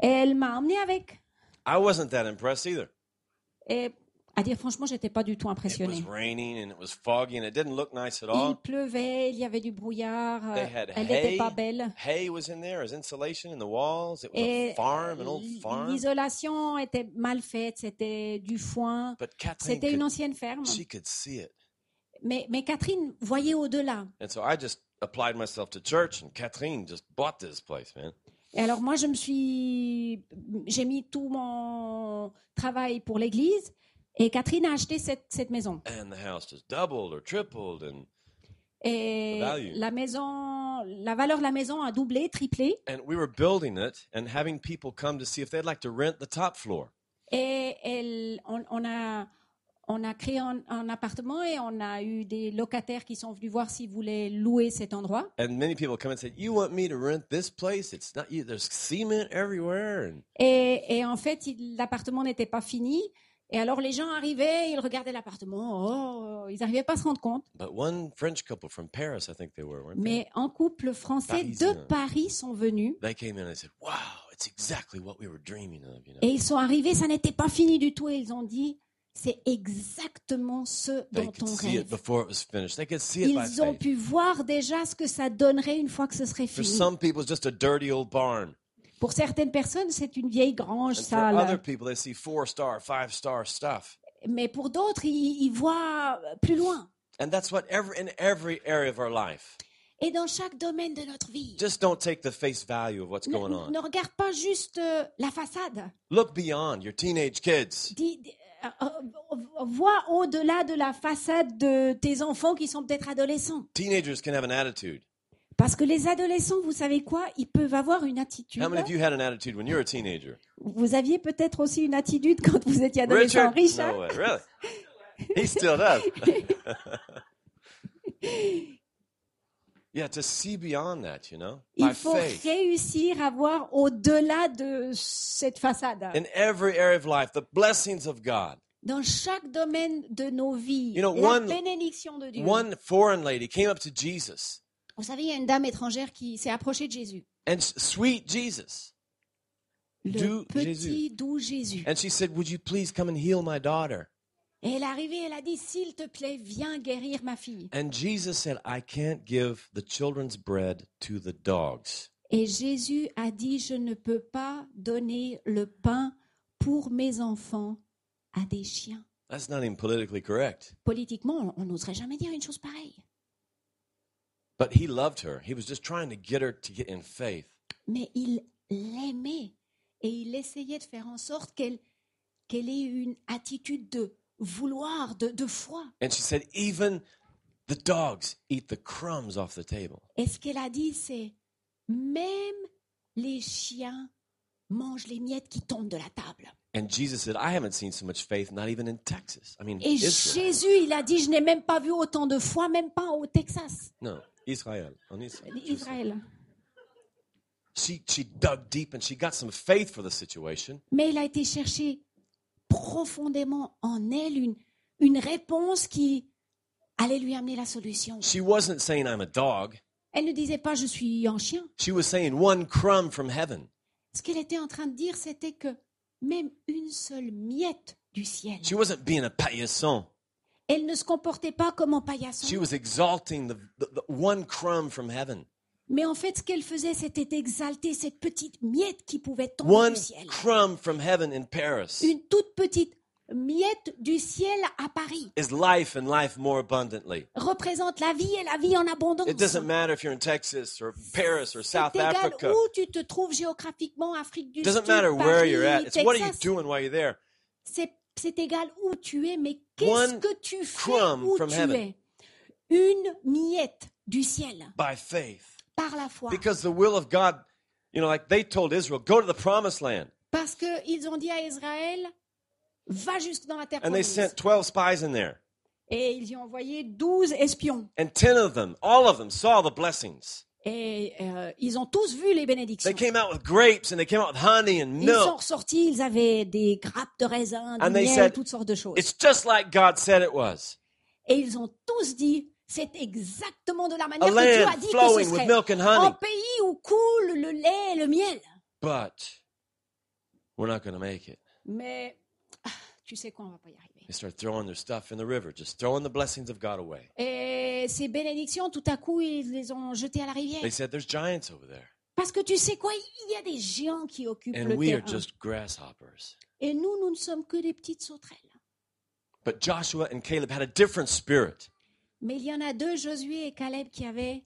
Speaker 1: et elle m'a emmenée avec.
Speaker 2: I wasn't that impressed either.
Speaker 1: Et à dire franchement, j'étais pas du tout
Speaker 2: It was
Speaker 1: impressionnée.
Speaker 2: raining and it was foggy and it didn't look nice at
Speaker 1: Il
Speaker 2: all.
Speaker 1: pleuvait, il y avait du brouillard, euh,
Speaker 2: They had
Speaker 1: elle n'était
Speaker 2: hay.
Speaker 1: pas belle.
Speaker 2: Hay was in there, as insulation in the walls. It was
Speaker 1: Et
Speaker 2: a farm, an old farm.
Speaker 1: l'isolation était mal faite, c'était du foin,
Speaker 2: But Catherine,
Speaker 1: c'était une
Speaker 2: could,
Speaker 1: ancienne ferme.
Speaker 2: she could see it.
Speaker 1: Mais, mais Catherine voyait au-delà.
Speaker 2: And so I just applied myself to church, and Catherine just bought this place, man.
Speaker 1: Et alors moi, je me suis, j'ai mis tout mon travail pour l'église et Catherine a acheté cette, cette maison.
Speaker 2: And the house just doubled or tripled. And,
Speaker 1: Et
Speaker 2: The value.
Speaker 1: la maison, la valeur de la maison a doublé, triplé.
Speaker 2: and we were building it and having people come to see if they'd like to rent the top floor.
Speaker 1: Et elle- on, on a, on a créé un, un appartement et on a eu des locataires qui sont venus voir s'ils voulaient louer cet endroit.
Speaker 2: And many people come and said, You want me to rent this place? It's not you. There's cement everywhere. And
Speaker 1: Et, et en fait, il- l'appartement n'était pas fini. Et alors les gens arrivaient, ils regardaient l'appartement, oh, ils n'arrivaient pas à se rendre compte.
Speaker 2: But one French couple from Paris, I think they were, weren't they?
Speaker 1: Mais un couple français
Speaker 2: Parisien.
Speaker 1: de Paris euh. sont venus
Speaker 2: They came in and said, Wow, it's exactly what we were dreaming of, you know.
Speaker 1: et ils sont arrivés, ça n'était pas fini du tout et ils ont dit, c'est exactement ce
Speaker 2: They
Speaker 1: dont
Speaker 2: could
Speaker 1: on
Speaker 2: see it
Speaker 1: rêve.
Speaker 2: before it was finished. They could see it by
Speaker 1: Ils ont
Speaker 2: faith.
Speaker 1: pu voir déjà ce que ça donnerait une fois que ce serait
Speaker 2: For
Speaker 1: fini.
Speaker 2: some people, it's just a dirty old barn.
Speaker 1: Pour certaines personnes, c'est une vieille grange
Speaker 2: And for other
Speaker 1: sale.
Speaker 2: people, they see four star, five star stuff.
Speaker 1: Mais pour d'autres, ils, ils voient plus loin.
Speaker 2: And that's what every, in every area of our life.
Speaker 1: Et dans chaque domaine de notre vie,
Speaker 2: Just don't take the face value of what's
Speaker 1: ne,
Speaker 2: going on.
Speaker 1: ne regarde pas juste euh, la façade.
Speaker 2: Look beyond your teenage kids.
Speaker 1: Dis- dis- euh, euh, vois au-delà de la façade de tes enfants qui sont peut-être adolescents.
Speaker 2: Teenagers can have an attitude.
Speaker 1: Parce que les adolescents, vous savez quoi Ils peuvent avoir une attitude.
Speaker 2: How many of you had an attitude when you were a teenager?
Speaker 1: Vous aviez peut-être aussi une attitude quand vous étiez adolescent. Richard,
Speaker 2: No way. <laughs> Really? He still <laughs> does. yeah, to see beyond that, you know, by
Speaker 1: il faut
Speaker 2: faith.
Speaker 1: réussir à voir au-delà de cette façade.
Speaker 2: In every area of life, the blessings of God.
Speaker 1: Dans chaque domaine de nos vies,
Speaker 2: You know,
Speaker 1: la
Speaker 2: one-
Speaker 1: bénédiction de Dieu.
Speaker 2: One foreign lady came up to Jesus
Speaker 1: Vous savez, il y a une dame étrangère qui s'est approchée de Jésus.
Speaker 2: and s- sweet Jesus.
Speaker 1: Le
Speaker 2: Doux
Speaker 1: petit
Speaker 2: Jésus.
Speaker 1: doux Jésus.
Speaker 2: And she said, Would you please come and heal my daughter?
Speaker 1: Et elle est arrivée, elle a dit, s'il te plaît, viens guérir ma fille.
Speaker 2: And Jesus said, I can't give the children's bread to the dogs.
Speaker 1: Et Jésus a dit, je ne peux pas donner le pain pour mes enfants à des chiens.
Speaker 2: That's not even politically correct.
Speaker 1: Politiquement, on on n'oserait jamais dire une chose pareille.
Speaker 2: But he loved her. He was just trying to get her to get in faith.
Speaker 1: Mais il l'aimait et il essayait de faire en sorte qu'elle qu'elle ait une attitude de vouloir, de, de foi.
Speaker 2: And she said, Even the dogs eat the crumbs off the table.
Speaker 1: Et ce qu'elle a dit, c'est même les chiens mangent les miettes qui tombent de la table.
Speaker 2: And Jesus said, I haven't seen so much faith, not even in Texas. I mean,
Speaker 1: Et
Speaker 2: Israel.
Speaker 1: Jésus, il a dit, je n'ai même pas vu autant de foi, même pas au Texas,
Speaker 2: No, Israel. On Israel.
Speaker 1: Israël.
Speaker 2: She, she dug deep and she got some faith for the situation.
Speaker 1: Mais il a été chercher profondément en elle une, une réponse qui allait lui amener la solution.
Speaker 2: She wasn't saying, I'm a dog.
Speaker 1: Elle ne disait pas, je suis un chien.
Speaker 2: She was saying, One crumb from heaven.
Speaker 1: Ce qu'elle était en train de dire, c'était que même une seule miette du ciel,
Speaker 2: She wasn't being a paillasson.
Speaker 1: elle ne se comportait pas comme un
Speaker 2: She
Speaker 1: paillasson.
Speaker 2: was exalting the, the, the one crumb from heaven,
Speaker 1: Mais en fait, ce qu'elle faisait, c'était exalter cette petite miette qui pouvait tomber
Speaker 2: one
Speaker 1: du ciel.
Speaker 2: crumb from heaven in Paris
Speaker 1: Une toute petite miette du ciel à Paris
Speaker 2: is life and life more abundantly.
Speaker 1: représente la vie et la vie en abondance.
Speaker 2: It doesn't matter if you're in Texas or Paris or
Speaker 1: C'est
Speaker 2: South
Speaker 1: égal
Speaker 2: Africa.
Speaker 1: où tu te trouves géographiquement, Afrique du
Speaker 2: It
Speaker 1: Sud,
Speaker 2: doesn't matter where
Speaker 1: Paris,
Speaker 2: you're at. It's what are you
Speaker 1: Texas.
Speaker 2: doing while you're there?
Speaker 1: C'est c'est égal où tu es, mais qu'est-ce
Speaker 2: One
Speaker 1: que tu fais
Speaker 2: crumb
Speaker 1: où
Speaker 2: from
Speaker 1: tu
Speaker 2: heaven.
Speaker 1: es Une miette du ciel,
Speaker 2: by faith.
Speaker 1: par la foi.
Speaker 2: Because the will of God, you know, like they told Israel, go to the promised land.
Speaker 1: Parce qu'ils ont dit à Israël, va jusque dans la terre
Speaker 2: And they
Speaker 1: promise.
Speaker 2: sent 12 spies in there.
Speaker 1: Et ils y ont envoyé douze espions.
Speaker 2: And 10 of them, all of them, saw the blessings.
Speaker 1: Et euh, ils ont tous vu les bénédictions.
Speaker 2: They came out with grapes and they came out with honey and
Speaker 1: Ils sont
Speaker 2: milk.
Speaker 1: ressortis, ils avaient des grappes de raisin,
Speaker 2: And
Speaker 1: du
Speaker 2: they
Speaker 1: miel,
Speaker 2: said,
Speaker 1: toutes sortes de choses.
Speaker 2: It's just like God said it was
Speaker 1: Et ils ont tous dit, c'est exactement de la
Speaker 2: a
Speaker 1: manière que Dieu a
Speaker 2: land
Speaker 1: dit que ce
Speaker 2: flowing with
Speaker 1: serait.
Speaker 2: milk and
Speaker 1: Un
Speaker 2: honey.
Speaker 1: pays où coule le lait et le miel.
Speaker 2: But we're not going to make it.
Speaker 1: Mais ah, tu sais quoi, on va pas y arriver.
Speaker 2: They start throwing their stuff in the river, just throwing the blessings of God away.
Speaker 1: Et ces bénédictions, tout à coup, ils les ont jetées à la
Speaker 2: They
Speaker 1: rivière.
Speaker 2: said, There's giants over there.
Speaker 1: Parce que tu sais quoi, il y a des géants qui occupent
Speaker 2: And
Speaker 1: le
Speaker 2: we are
Speaker 1: terrain.
Speaker 2: just grasshoppers.
Speaker 1: Et nous, nous ne sommes que des petites sauterelles.
Speaker 2: But Joshua and Caleb had a different spirit.
Speaker 1: Mais il y en a deux, Josué et Caleb, qui avaient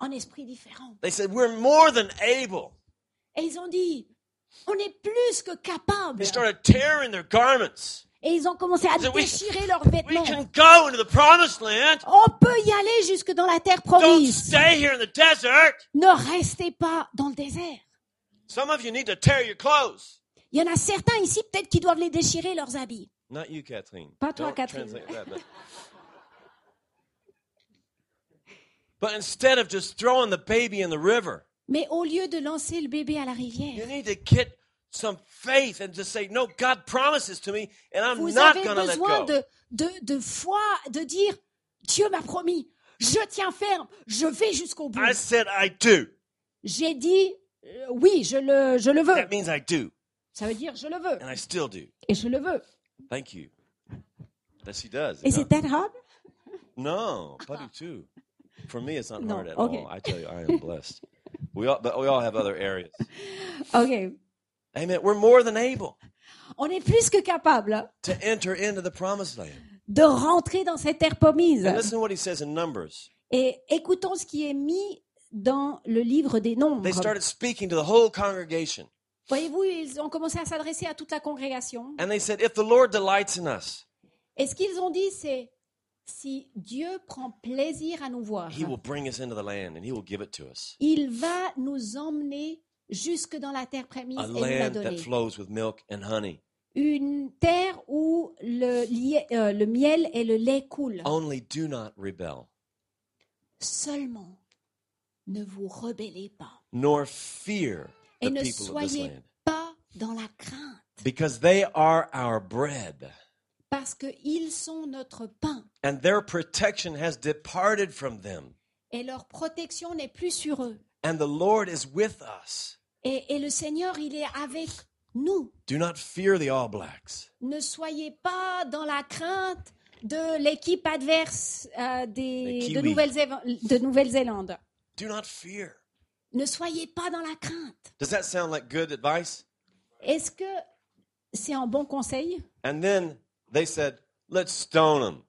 Speaker 1: un esprit différent.
Speaker 2: They said, We're more than able.
Speaker 1: Et ils ont dit, on est plus que capable.
Speaker 2: They started tearing their garments.
Speaker 1: Et ils ont commencé à
Speaker 2: They said, "We-
Speaker 1: déchirer leurs
Speaker 2: We
Speaker 1: vêtements.
Speaker 2: can go into the promised land.
Speaker 1: On peut y aller jusque dans la terre
Speaker 2: Don't
Speaker 1: promise.
Speaker 2: stay here in the desert.
Speaker 1: Ne restez pas dans le désert.
Speaker 2: Some of you need to tear your clothes.
Speaker 1: Il y en a certains ici, peut-être, qui doivent les déchirer, leurs habits.
Speaker 2: Not you, Kathleen.
Speaker 1: Pas toi,
Speaker 2: Don't
Speaker 1: Catherine.
Speaker 2: translate that, but- <laughs> But instead of just throwing the baby in the river,
Speaker 1: Mais au lieu de lancer le bébé à la
Speaker 2: you
Speaker 1: rivière,
Speaker 2: need to get some faith and just say, No, God promises to me, and I'm
Speaker 1: vous
Speaker 2: not
Speaker 1: avez
Speaker 2: going to let
Speaker 1: besoin
Speaker 2: go.
Speaker 1: de, de, de foi, de dire, Dieu m'a promis, je tiens ferme, je vais jusqu'au bout.
Speaker 2: I said, I do.
Speaker 1: J'ai dit, euh, oui, je le, je le veux.
Speaker 2: That means I do,
Speaker 1: Ça veut dire, je le veux.
Speaker 2: and I still do.
Speaker 1: Et je le veux.
Speaker 2: Thank you. That she does.
Speaker 1: Et
Speaker 2: you know?
Speaker 1: c'est adorable.
Speaker 2: No, pas du tout. For me, it's not
Speaker 1: No,
Speaker 2: hard at
Speaker 1: okay.
Speaker 2: all. I tell you, I am blessed. We all, but we all have other areas.
Speaker 1: OK.
Speaker 2: Amen. We're more than able
Speaker 1: On est plus que capable hein,
Speaker 2: to enter into the promised land.
Speaker 1: de rentrer dans cette terre
Speaker 2: And
Speaker 1: promise.
Speaker 2: listen to what he says in Numbers.
Speaker 1: Et écoutons ce qui est mis dans le livre des
Speaker 2: They
Speaker 1: nombres.
Speaker 2: started speaking to the whole congregation,
Speaker 1: Voyez-vous, ils ont commencé à s'adresser à toute la congrégation.
Speaker 2: and they said, If the Lord delights in us,
Speaker 1: Et ce qu'ils ont dit, c'est si Dieu prend plaisir à nous voir,
Speaker 2: he will bring us into the land and he will give it to us.
Speaker 1: il va nous emmener jusque dans la terre promise
Speaker 2: A
Speaker 1: et nous la
Speaker 2: land that
Speaker 1: donner.
Speaker 2: flows with milk and honey.
Speaker 1: Une terre où le, lié- euh, le miel et le lait coulent.
Speaker 2: Only do not rebel,
Speaker 1: Seulement, ne vous rebellez pas
Speaker 2: nor fear
Speaker 1: et
Speaker 2: the
Speaker 1: ne
Speaker 2: people of this
Speaker 1: soyez
Speaker 2: land,
Speaker 1: pas dans la crainte,
Speaker 2: because they are our bread.
Speaker 1: parce qu'ils sont notre pain
Speaker 2: and their protection has departed from them.
Speaker 1: et leur protection n'est plus sur eux.
Speaker 2: And the Lord is with us.
Speaker 1: Et, et le Seigneur, il est avec nous.
Speaker 2: Do not fear the All Blacks.
Speaker 1: Ne soyez pas dans la crainte de l'équipe adverse euh,
Speaker 2: Les
Speaker 1: des,
Speaker 2: Kiwis.
Speaker 1: de Nouvelle-Zéva- de Nouvelle-Zélande.
Speaker 2: Do not fear.
Speaker 1: ne soyez pas dans la crainte.
Speaker 2: Does that sound like good advice?
Speaker 1: Est-ce que c'est un bon conseil
Speaker 2: And then they said, Let's stone them.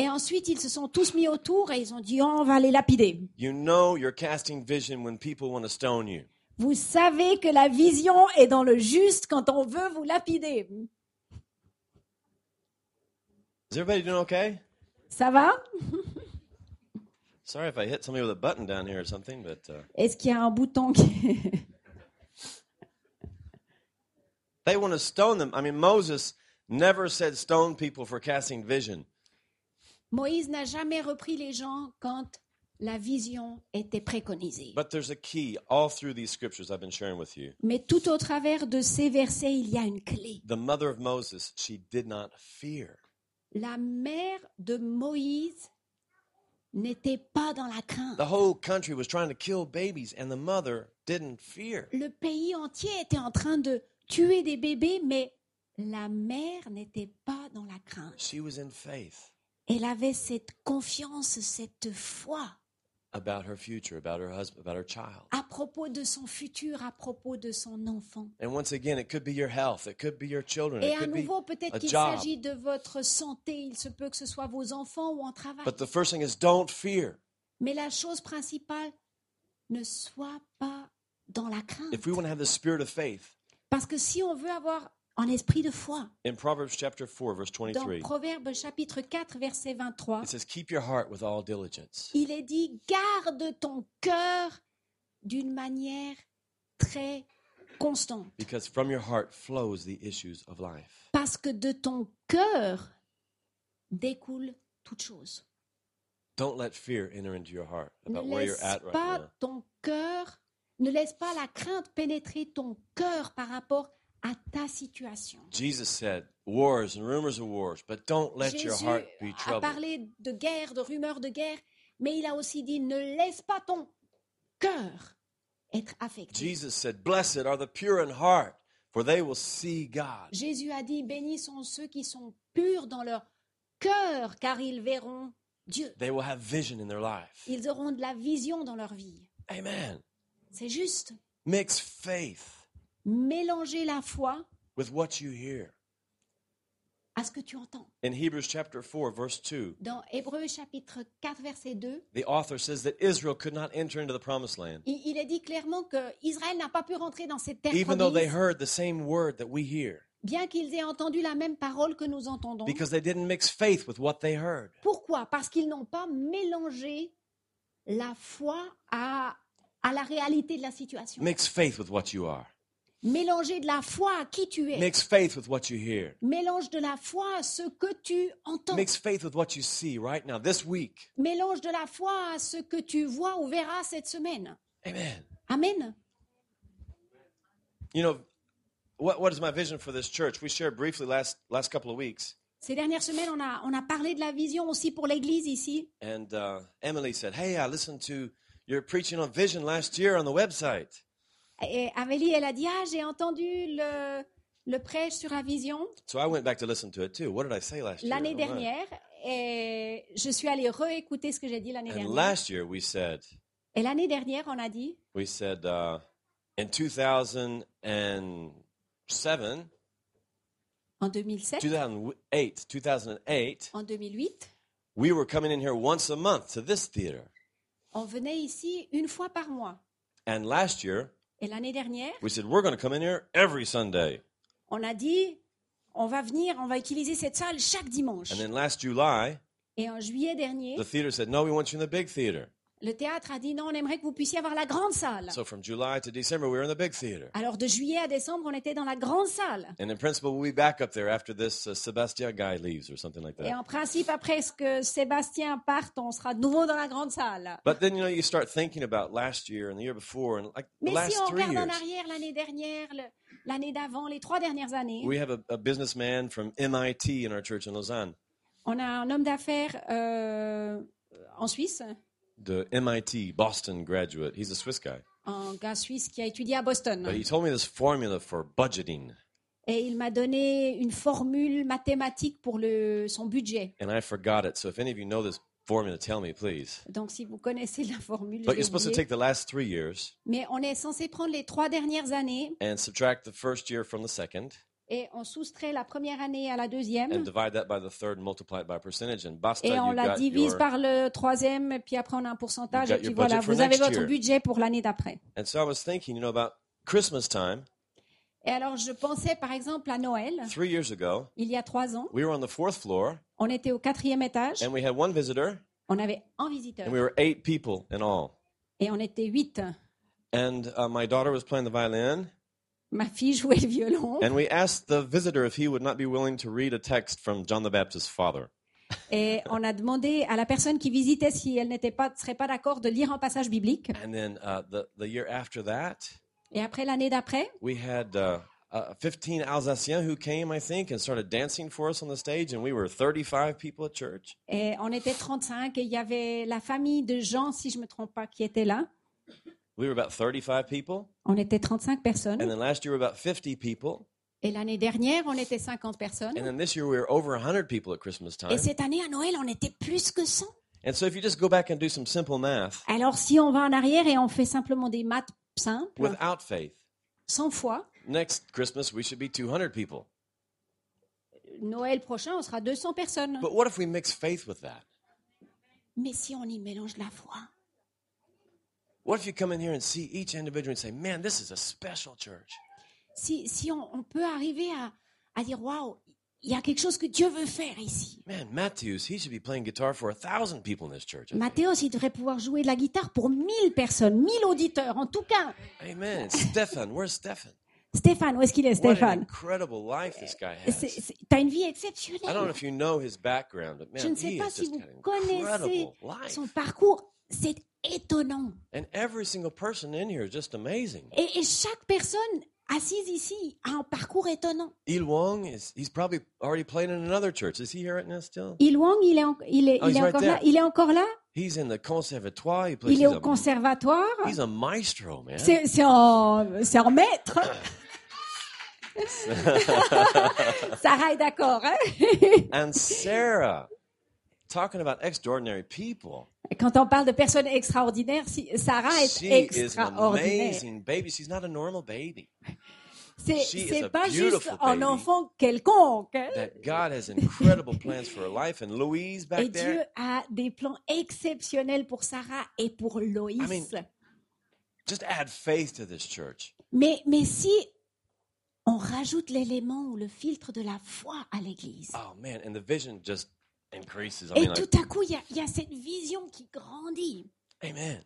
Speaker 1: Et ensuite, ils se sont tous mis autour et ils ont dit, on va les lapider.
Speaker 2: You know you're casting vision when people want to stone you.
Speaker 1: Vous savez que la vision est dans le juste quand on veut vous lapider.
Speaker 2: Is everybody doing okay?
Speaker 1: Ça va
Speaker 2: Sorry if I hit somebody with a button down here or something, but uh,
Speaker 1: Est-ce qu'il y a un bouton qui... <laughs>
Speaker 2: they want to stone them. I mean, Moses never said stone people for casting vision.
Speaker 1: Moïse n'a jamais repris les gens quand la vision était préconisée.
Speaker 2: But there's a key all through these scriptures I've been sharing with you.
Speaker 1: Mais tout au travers de ces versets, il y a une clé.
Speaker 2: the mother of Moses, she did not fear.
Speaker 1: La mère de Moïse n'était pas dans la crainte.
Speaker 2: The whole country was trying to kill babies, and the mother didn't fear.
Speaker 1: Le pays entier était en train de tuer des bébés, mais la mère n'était pas dans la crainte.
Speaker 2: She was in faith
Speaker 1: Elle avait cette confiance, cette foi
Speaker 2: about her future, about her husband, about her child.
Speaker 1: à propos de son futur, à propos de son enfant.
Speaker 2: And once again, it could be your health, it could be your children,
Speaker 1: Et
Speaker 2: it
Speaker 1: à
Speaker 2: could be.
Speaker 1: nouveau, peut-être
Speaker 2: a
Speaker 1: qu'il
Speaker 2: job.
Speaker 1: s'agit de votre santé, il se peut que ce soit vos enfants ou un travail.
Speaker 2: But the first thing is don't fear.
Speaker 1: Mais la chose principale, ne sois pas dans la crainte.
Speaker 2: If we want to have the spirit of faith,
Speaker 1: Parce que si on veut avoir en esprit de foi.
Speaker 2: In Proverbs chapter 4, verse
Speaker 1: Dans
Speaker 2: 23,
Speaker 1: Proverbe chapitre 4, verset 23,
Speaker 2: it says, Keep your heart with all diligence.
Speaker 1: il est dit garde ton cœur d'une manière très constante.
Speaker 2: Because from your heart flows the issues of life.
Speaker 1: Parce que de ton cœur découle toute chose.
Speaker 2: Don't let fear enter into your heart
Speaker 1: Ne
Speaker 2: about where
Speaker 1: laisse
Speaker 2: you're at right
Speaker 1: pas
Speaker 2: now.
Speaker 1: ton cœur, ne laisse pas la crainte pénétrer ton cœur par rapport à ta situation.
Speaker 2: Jesus said, Wars and rumors of wars, but don't let your
Speaker 1: Jésus
Speaker 2: heart be
Speaker 1: a
Speaker 2: troubled.
Speaker 1: parlé de guerre, de rumeurs de guerre, mais il a aussi dit ne laisse pas ton cœur être affecté.
Speaker 2: Jesus said, Blessed are the pure in heart, for they will see God.
Speaker 1: Jésus a dit bénis sont ceux qui sont purs dans leur cœur, car ils verront Dieu.
Speaker 2: They will have vision in their life.
Speaker 1: Ils auront de la vision dans leur vie.
Speaker 2: Amen.
Speaker 1: C'est juste.
Speaker 2: Mix faith
Speaker 1: Mélanger la foi
Speaker 2: with what you hear.
Speaker 1: à ce que tu entends.
Speaker 2: In Hebrews chapter 4, verse 2,
Speaker 1: Dans Hébreux chapitre 4, verset 2,
Speaker 2: the author says that Israel could not enter into the promised land,
Speaker 1: il, il est dit clairement que Israël n'a pas pu rentrer dans cette terre
Speaker 2: even though they
Speaker 1: promise,
Speaker 2: heard the same word that we hear,
Speaker 1: bien qu'ils aient entendu la même parole que nous entendons.
Speaker 2: because they didn't mix faith with what they heard.
Speaker 1: Pourquoi Parce qu'ils n'ont pas mélangé la foi à, à la réalité de la situation.
Speaker 2: Mix faith with what you are,
Speaker 1: Mélanger de la foi à qui tu es.
Speaker 2: mix faith with what you hear,
Speaker 1: Mélange de la foi à ce que tu entends.
Speaker 2: mix faith with what you see right now, this week.
Speaker 1: Mélange de la foi à ce que tu vois ou verras cette semaine.
Speaker 2: Amen.
Speaker 1: Amen.
Speaker 2: You know, what, what is my vision for this church? We shared briefly last, last couple of weeks,
Speaker 1: Ces dernières semaines, on a, on a parlé de la vision aussi pour l'Église ici.
Speaker 2: and uh, Emily said, Hey, I listened to your preaching on vision last year on the website.
Speaker 1: Et Amélie, elle a dit, ah, j'ai entendu le, le prêche sur la vision
Speaker 2: So I went back to listen to it too. What did I say last year?
Speaker 1: l'année
Speaker 2: Oh, my.
Speaker 1: dernière. Et je suis allée réécouter ce que j'ai dit l'année
Speaker 2: And
Speaker 1: dernière.
Speaker 2: last year we said,
Speaker 1: Et l'année dernière, on a dit,
Speaker 2: we said uh, in 2007,
Speaker 1: en 2007,
Speaker 2: 2008, 2008,
Speaker 1: en 2008,
Speaker 2: we were coming in here once a month to this theater.
Speaker 1: on venait ici une fois par mois.
Speaker 2: And last year
Speaker 1: Et l'année dernière,
Speaker 2: we said, we're going to come in here every Sunday.
Speaker 1: on a dit, on va venir, on va utiliser cette salle chaque dimanche.
Speaker 2: And then last July,
Speaker 1: Et en juillet dernier,
Speaker 2: the theater said, no, we want you in the big theater.
Speaker 1: le théâtre a dit, non, on aimerait que vous puissiez avoir la grande salle.
Speaker 2: So from July to December, we were in the big theater.
Speaker 1: Alors de juillet à décembre, on était dans la grande salle.
Speaker 2: And in principle, we'll be back up there after this uh, Sebastian guy leaves or something like
Speaker 1: Et
Speaker 2: that.
Speaker 1: en principe, après ce que Sébastien parte, on sera de nouveau dans la grande salle.
Speaker 2: But then, you know, you start thinking about last year and the year before and like the
Speaker 1: Mais
Speaker 2: last
Speaker 1: si on
Speaker 2: three
Speaker 1: regarde en
Speaker 2: years.
Speaker 1: arrière l'année dernière, le- l'année d'avant, les trois dernières années,
Speaker 2: We have a, a businessman from MIT in our church in Lausanne,
Speaker 1: on a un homme d'affaires euh, en Suisse,
Speaker 2: the MIT Boston graduate. He's a Swiss guy.
Speaker 1: un gars suisse qui a étudié à Boston.
Speaker 2: But he told me this formula for budgeting,
Speaker 1: Et il m'a donné une formule mathématique pour le, son budget.
Speaker 2: and I forgot it. So if any of you know this formula, tell me, please.
Speaker 1: Donc si vous connaissez la formule, je
Speaker 2: But
Speaker 1: l'ai
Speaker 2: you're supposed to
Speaker 1: oubliée.
Speaker 2: take the last three years
Speaker 1: mais on est censé prendre les trois dernières années
Speaker 2: and subtract the first year from the second,
Speaker 1: et on soustrait la première année à la
Speaker 2: and
Speaker 1: deuxième.
Speaker 2: divide that by the third and multiply it by a percentage. And basta,
Speaker 1: Mm-hmm. Et on
Speaker 2: you
Speaker 1: la
Speaker 2: got
Speaker 1: divise
Speaker 2: your...
Speaker 1: par le troisième, et puis après on a un pourcentage,
Speaker 2: You
Speaker 1: et
Speaker 2: got
Speaker 1: puis
Speaker 2: your
Speaker 1: voilà,
Speaker 2: budget for
Speaker 1: vous avez
Speaker 2: next
Speaker 1: votre
Speaker 2: year.
Speaker 1: budget pour l'année d'après.
Speaker 2: And so I was thinking, you know, about Christmas time,
Speaker 1: Et alors je pensais par exemple à Noël,
Speaker 2: three years ago,
Speaker 1: il y a trois ans,
Speaker 2: we were on the fourth floor,
Speaker 1: on était au quatrième étage,
Speaker 2: and we had one visitor,
Speaker 1: on avait un visiteur,
Speaker 2: and we were eight people in all.
Speaker 1: et on était huit.
Speaker 2: and uh, my daughter was playing the violin
Speaker 1: Ma fille jouait le violon,
Speaker 2: and we asked the visitor if he would not be willing to read a text from john the baptist's father
Speaker 1: et on a demandé à la personne qui visitait si elle n'était pas, serait pas d'accord de lire un passage biblique.
Speaker 2: and then uh, the, the year after that
Speaker 1: Et après l'année d'après,
Speaker 2: we had uh, uh, 15 alsaciens who came i think and started dancing for us on the stage and we were 35 people at church
Speaker 1: et on était 35, et il y avait la famille de Jean, si je me trompe pas, qui était là.
Speaker 2: we were about 35 people
Speaker 1: On était 35
Speaker 2: and
Speaker 1: personnes.
Speaker 2: then last year we were about 50 people
Speaker 1: Et l'année dernière, on était 50 personnes.
Speaker 2: and then this year we were over 100 people at christmas
Speaker 1: Et
Speaker 2: time
Speaker 1: cette année, à Noël, on était plus que 100.
Speaker 2: and so if you just go back and do some simple math
Speaker 1: Alors, si on va en arrière et on fait simplement des maths simples,
Speaker 2: without faith
Speaker 1: 100 fois,
Speaker 2: next christmas we should be 200 people
Speaker 1: Noël prochain, on sera 200 personnes.
Speaker 2: but what if we mix faith with that
Speaker 1: Mais si on y mélange la foi,
Speaker 2: What if you come in here and see each individual and say, man, this is a special church?
Speaker 1: si, si on, on peut arriver à, à dire waouh, il y a quelque chose que Dieu veut faire ici.
Speaker 2: Man, Matthews, he should be playing guitar for a thousand people in this church.
Speaker 1: Mathéos, il devrait pouvoir jouer de la guitare pour 1000 personnes, 1000 auditeurs en tout cas.
Speaker 2: Amen. <laughs> Stefan, where's Stefan?
Speaker 1: Stéphane, où est-ce qu'il est,
Speaker 2: What an
Speaker 1: Stéphane
Speaker 2: incredible life this guy
Speaker 1: C'est-
Speaker 2: has.
Speaker 1: c'est- T'as une vie
Speaker 2: I don't know
Speaker 1: exceptionnelle.
Speaker 2: if you know his background, but
Speaker 1: Je ne
Speaker 2: man,
Speaker 1: sais
Speaker 2: he
Speaker 1: pas
Speaker 2: has
Speaker 1: si
Speaker 2: just
Speaker 1: vous
Speaker 2: got an
Speaker 1: connaissez
Speaker 2: incredible life.
Speaker 1: son parcours, c'est étonnant.
Speaker 2: And every single person in here is just amazing.
Speaker 1: Et, et chaque personne assise ici a un parcours étonnant.
Speaker 2: Il Wong is he's probably already playing in another church. Is he here right now still?
Speaker 1: Il Wang, il est, en- il est,
Speaker 2: Oh,
Speaker 1: il
Speaker 2: he's
Speaker 1: est
Speaker 2: right
Speaker 1: encore
Speaker 2: there.
Speaker 1: là. Il est encore là.
Speaker 2: He's in the conservatoire. He plays
Speaker 1: Il est
Speaker 2: he's
Speaker 1: au
Speaker 2: a,
Speaker 1: conservatoire.
Speaker 2: he's a maestro, man.
Speaker 1: C'est c'est en, c'est en
Speaker 2: <coughs>
Speaker 1: maître. <laughs> Sarah est d'accord. hein
Speaker 2: And Sarah, talking about extraordinary people.
Speaker 1: Quand on parle de personnes extraordinaires, si- Sarah est
Speaker 2: She is an
Speaker 1: extraordinaire.
Speaker 2: amazing baby. She's not a normal baby.
Speaker 1: C'est
Speaker 2: she is
Speaker 1: c'est
Speaker 2: a
Speaker 1: pas juste
Speaker 2: beautiful
Speaker 1: un
Speaker 2: baby.
Speaker 1: enfant quelconque. hein.
Speaker 2: That God has incredible plans for her life. And Louise back
Speaker 1: Et
Speaker 2: there,
Speaker 1: Dieu a des plans exceptionnels pour Sarah et pour Loïs.
Speaker 2: I mean- just add faith to this church.
Speaker 1: mais, mais si on rajoute l'élément ou le filtre de la foi à l'Église,
Speaker 2: Oh man, and the vision just increases. I
Speaker 1: et
Speaker 2: mean, like,
Speaker 1: tout à coup, il y a- il y a cette vision qui grandit.
Speaker 2: amen.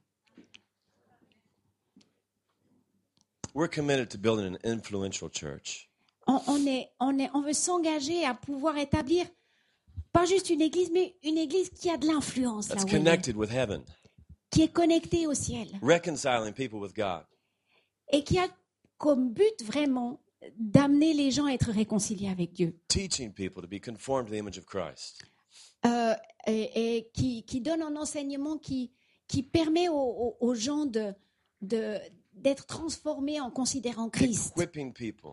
Speaker 2: We're committed to building an influential church.
Speaker 1: on, on est, on, est, on veut s'engager à pouvoir établir pas juste une église, mais une église qui a de l'influence, là
Speaker 2: that's
Speaker 1: où elle est,
Speaker 2: connected with heaven,
Speaker 1: qui est connectée au ciel
Speaker 2: reconciling people with God.
Speaker 1: et qui a comme but vraiment d'amener les gens à être réconciliés avec Dieu
Speaker 2: teaching people to be conformed to the image of Christ.
Speaker 1: Euh, et, et qui, qui donne un enseignement qui, qui permet aux, aux- aux gens de, de, d'être transformés en considérant Christ
Speaker 2: Equipping people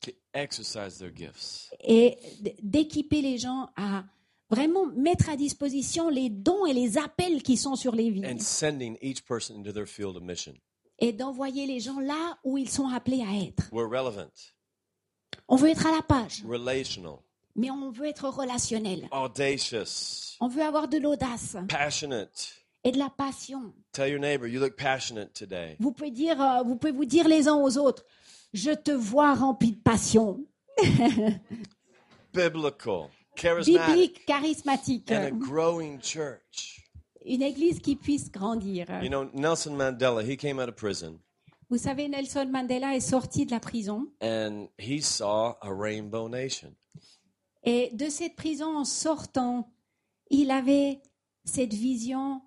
Speaker 2: to exercise their gifts.
Speaker 1: et d- d'équiper les gens à vraiment mettre à disposition les dons et les appels qui sont sur les vies.
Speaker 2: And sending each person into their field of mission.
Speaker 1: et d'envoyer les gens là où ils sont appelés à être.
Speaker 2: We're relevant,
Speaker 1: On veut être à la page,
Speaker 2: relational,
Speaker 1: mais on veut être relationnel.
Speaker 2: audacious,
Speaker 1: On veut avoir de l'audace
Speaker 2: passionate.
Speaker 1: et de la passion.
Speaker 2: Tell your neighbor, you look passionate today.
Speaker 1: Vous pouvez, dire, euh, vous pouvez vous dire les uns aux autres, je te vois rempli de passion,
Speaker 2: Biblical, charismatic,
Speaker 1: biblique, charismatique,
Speaker 2: and a growing church.
Speaker 1: une église qui puisse grandir.
Speaker 2: You know, Nelson Mandela, he came out of prison
Speaker 1: Vous savez, Nelson Mandela est sorti de la prison
Speaker 2: and he saw a rainbow nation.
Speaker 1: et de cette prison en sortant, il avait cette vision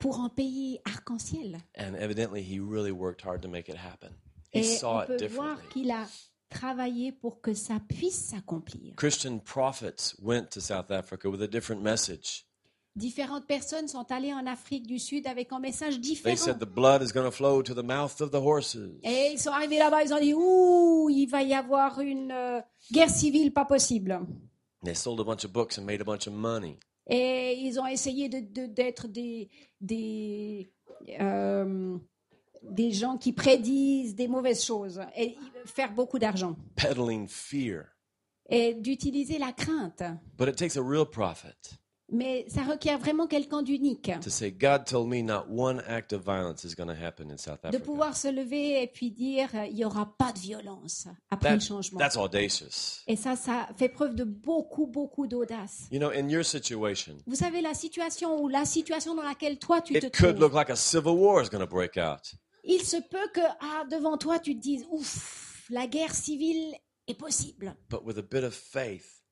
Speaker 1: pour un pays arc-en-ciel.
Speaker 2: And evidently, he really worked hard to make it happen. He
Speaker 1: Et
Speaker 2: saw
Speaker 1: on
Speaker 2: it
Speaker 1: peut voir
Speaker 2: differently.
Speaker 1: qu'il a travaillé pour que ça puisse s'accomplir.
Speaker 2: Christian prophets went to South Africa with a different message.
Speaker 1: Différentes personnes sont allées en Afrique du Sud avec un message
Speaker 2: They
Speaker 1: différent.
Speaker 2: said the blood is going to flow to the mouth of the horses.
Speaker 1: Et ils sont arrivés là-bas, ils ont dit Ouh, il va y avoir une euh, guerre civile pas possible.
Speaker 2: They sold a bunch of books and made a bunch of money.
Speaker 1: Et ils ont essayé de- de- d'être des, des, euh, des gens qui prédisent des mauvaises choses et faire beaucoup d'argent.
Speaker 2: Peddling fear.
Speaker 1: Et d'utiliser la crainte.
Speaker 2: But it takes a real prophet
Speaker 1: Mais ça requiert vraiment quelqu'un d'unique.
Speaker 2: to say, God told me not one act of violence is going to happen in South
Speaker 1: de
Speaker 2: Africa.
Speaker 1: pouvoir se lever et puis dire euh, il n'y aura pas de violence après
Speaker 2: That-
Speaker 1: le changement.
Speaker 2: that's audacious.
Speaker 1: Et ça, ça fait preuve de beaucoup, beaucoup d'audace.
Speaker 2: You know, in your situation,
Speaker 1: Vous savez, la situation ou la situation dans laquelle toi tu te
Speaker 2: it could
Speaker 1: trouves,
Speaker 2: look like a civil war is going to break out.
Speaker 1: il se peut que ah, devant toi tu te dises ouf, la guerre civile est possible.
Speaker 2: But with a bit of faith,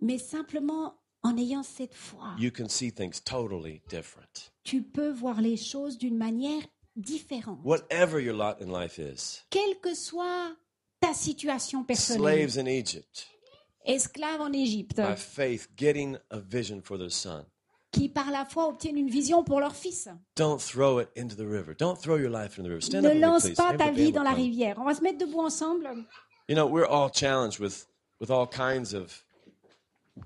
Speaker 1: Mais simplement en ayant cette foi,
Speaker 2: you can see things totally different.
Speaker 1: tu peux voir les choses d'une manière différente.
Speaker 2: Whatever your lot in life is,
Speaker 1: Quelle que soit ta situation personnelle,
Speaker 2: slaves in Egypt,
Speaker 1: esclave en Égypte,
Speaker 2: by faith, getting a vision for their son.
Speaker 1: qui par la foi obtiennent une vision pour leur fils.
Speaker 2: Don't throw it into the river. Don't throw your life into the river. Stand up
Speaker 1: Ne
Speaker 2: with me,
Speaker 1: lance
Speaker 2: please.
Speaker 1: pas ta
Speaker 2: Everybody
Speaker 1: vie
Speaker 2: will
Speaker 1: dans la
Speaker 2: come.
Speaker 1: rivière. On va se mettre debout ensemble.
Speaker 2: You know, we're all challenged with, with all kinds of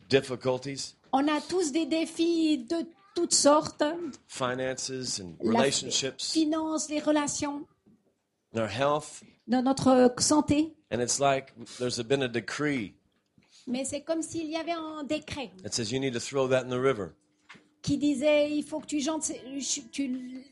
Speaker 2: difficulties,
Speaker 1: On a tous des défis de toutes sortes.
Speaker 2: finances and
Speaker 1: La
Speaker 2: relationships,
Speaker 1: finance, les relations,
Speaker 2: and our health.
Speaker 1: dans notre santé.
Speaker 2: And it's like there's been a decree
Speaker 1: Mais c'est comme s'il y avait un décret
Speaker 2: that says you need to throw that in the river.
Speaker 1: qui disait il faut que tu, jantes- tu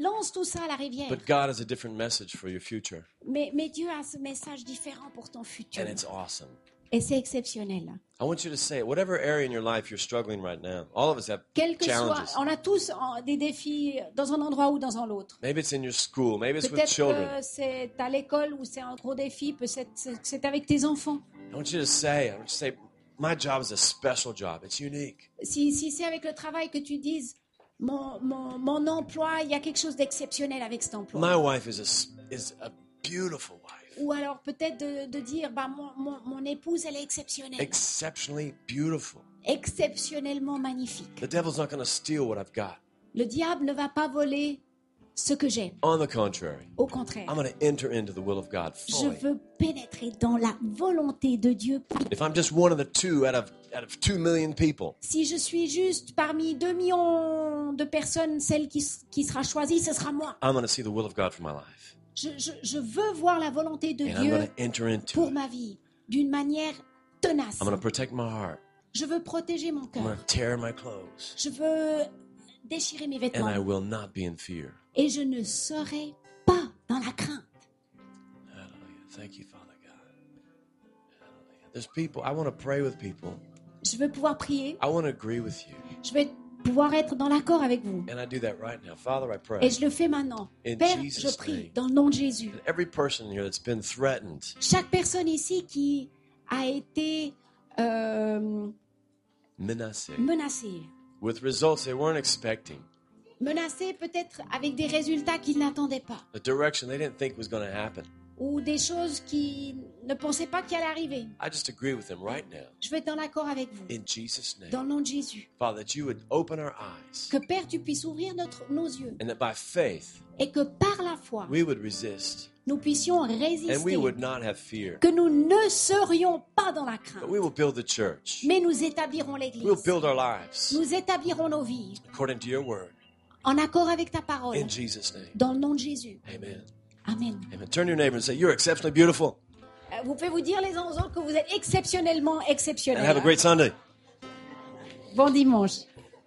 Speaker 1: lance tout ça à la rivière.
Speaker 2: But God has a different message for your future,
Speaker 1: Mais, mais Dieu a ce message différent pour ton futur.
Speaker 2: and it's awesome.
Speaker 1: Et c'est exceptionnel.
Speaker 2: I want you to say, it. whatever area in your life you're struggling right now, all of us have
Speaker 1: Quel que soit,
Speaker 2: challenges.
Speaker 1: on a tous en- des défis dans un endroit ou dans un autre.
Speaker 2: Maybe it's in your school, maybe it's with
Speaker 1: Peut-être
Speaker 2: children.
Speaker 1: que c'est à l'école où c'est un gros défi, peut-être c'est- c'est avec tes enfants.
Speaker 2: I want you to say, I want you to say, my job is a special job. It's unique.
Speaker 1: Si, si c'est avec le travail que tu dises, mon, mon, mon emploi, il y a quelque chose d'exceptionnel avec cet emploi.
Speaker 2: My wife is a, s- is a beautiful wife,
Speaker 1: Ou alors peut-être de, de dire, bah, mon, mon, mon épouse, elle est exceptionnelle,
Speaker 2: exceptionally beautiful.
Speaker 1: exceptionnellement magnifique.
Speaker 2: The devil's not going to steal what I've got.
Speaker 1: Le diable ne va pas voler ce que j'ai.
Speaker 2: On the contrary,
Speaker 1: Au contraire,
Speaker 2: I'm going to enter into the will of God
Speaker 1: je
Speaker 2: fully.
Speaker 1: veux pénétrer dans la volonté de Dieu.
Speaker 2: If I'm just one of the two out of out of two million people,
Speaker 1: Si je suis juste parmi 2 millions de personnes, celle qui, s- qui sera choisie, ce sera moi.
Speaker 2: I'm going to see the will of God for my life,
Speaker 1: Je, je- je veux voir la volonté de
Speaker 2: and I'm going
Speaker 1: Dieu
Speaker 2: to enter into
Speaker 1: pour
Speaker 2: it.
Speaker 1: ma vie d'une manière tenace.
Speaker 2: I'm going to protect my heart.
Speaker 1: Je veux protéger mon
Speaker 2: I'm going
Speaker 1: cœur.
Speaker 2: to tear my clothes,
Speaker 1: Je veux déchirer mes
Speaker 2: and I
Speaker 1: vêtements.
Speaker 2: will not be in fear.
Speaker 1: Et je ne serai pas dans la crainte.
Speaker 2: Hallelujah. Thank you, Father God. Hallelujah. There's people. I want to pray with people.
Speaker 1: Je veux pouvoir prier.
Speaker 2: I want to agree with you.
Speaker 1: Je vais pouvoir être dans l'accord avec vous.
Speaker 2: And I do that right now. Father, I pray
Speaker 1: Et je le fais maintenant.
Speaker 2: In
Speaker 1: Père,
Speaker 2: Jesus'
Speaker 1: je prie
Speaker 2: name.
Speaker 1: dans le nom de Jésus.
Speaker 2: that every person here that's been threatened,
Speaker 1: Chaque personne ici qui a été euh,
Speaker 2: menaced,
Speaker 1: menacée,
Speaker 2: with results they weren't expecting,
Speaker 1: menacée peut-être avec des résultats qu'ils n'attendaient pas,
Speaker 2: a direction they didn't think was going to happen,
Speaker 1: ou des choses qu'ils ne pensaient pas qu'elles allaient arriver.
Speaker 2: I just agree with them right now.
Speaker 1: Je vais être dans l'accord avec vous.
Speaker 2: In Jesus' name.
Speaker 1: Dans le nom de Jésus.
Speaker 2: Father, that you would open our eyes
Speaker 1: Que Père, tu puisses ouvrir notre, nos yeux
Speaker 2: and that by faith
Speaker 1: et que par la foi,
Speaker 2: we would resist
Speaker 1: nous puissions
Speaker 2: and we
Speaker 1: résister,
Speaker 2: would not have fear.
Speaker 1: que nous ne serions pas dans la crainte,
Speaker 2: But we will build the church.
Speaker 1: mais nous établirons l'Église.
Speaker 2: We'll build our lives
Speaker 1: Nous établirons nos vies
Speaker 2: according to your word.
Speaker 1: en accord avec ta parole,
Speaker 2: In Jesus' name.
Speaker 1: dans le nom de Jésus.
Speaker 2: Amen.
Speaker 1: Amen.
Speaker 2: Amen. Turn to your neighbor and say, You're exceptionally beautiful.
Speaker 1: Euh, Vous pouvez vous dire les uns aux autres que vous êtes exceptionnellement
Speaker 2: And have a
Speaker 1: exceptionnels.
Speaker 2: great Sunday.
Speaker 1: Bon dimanche.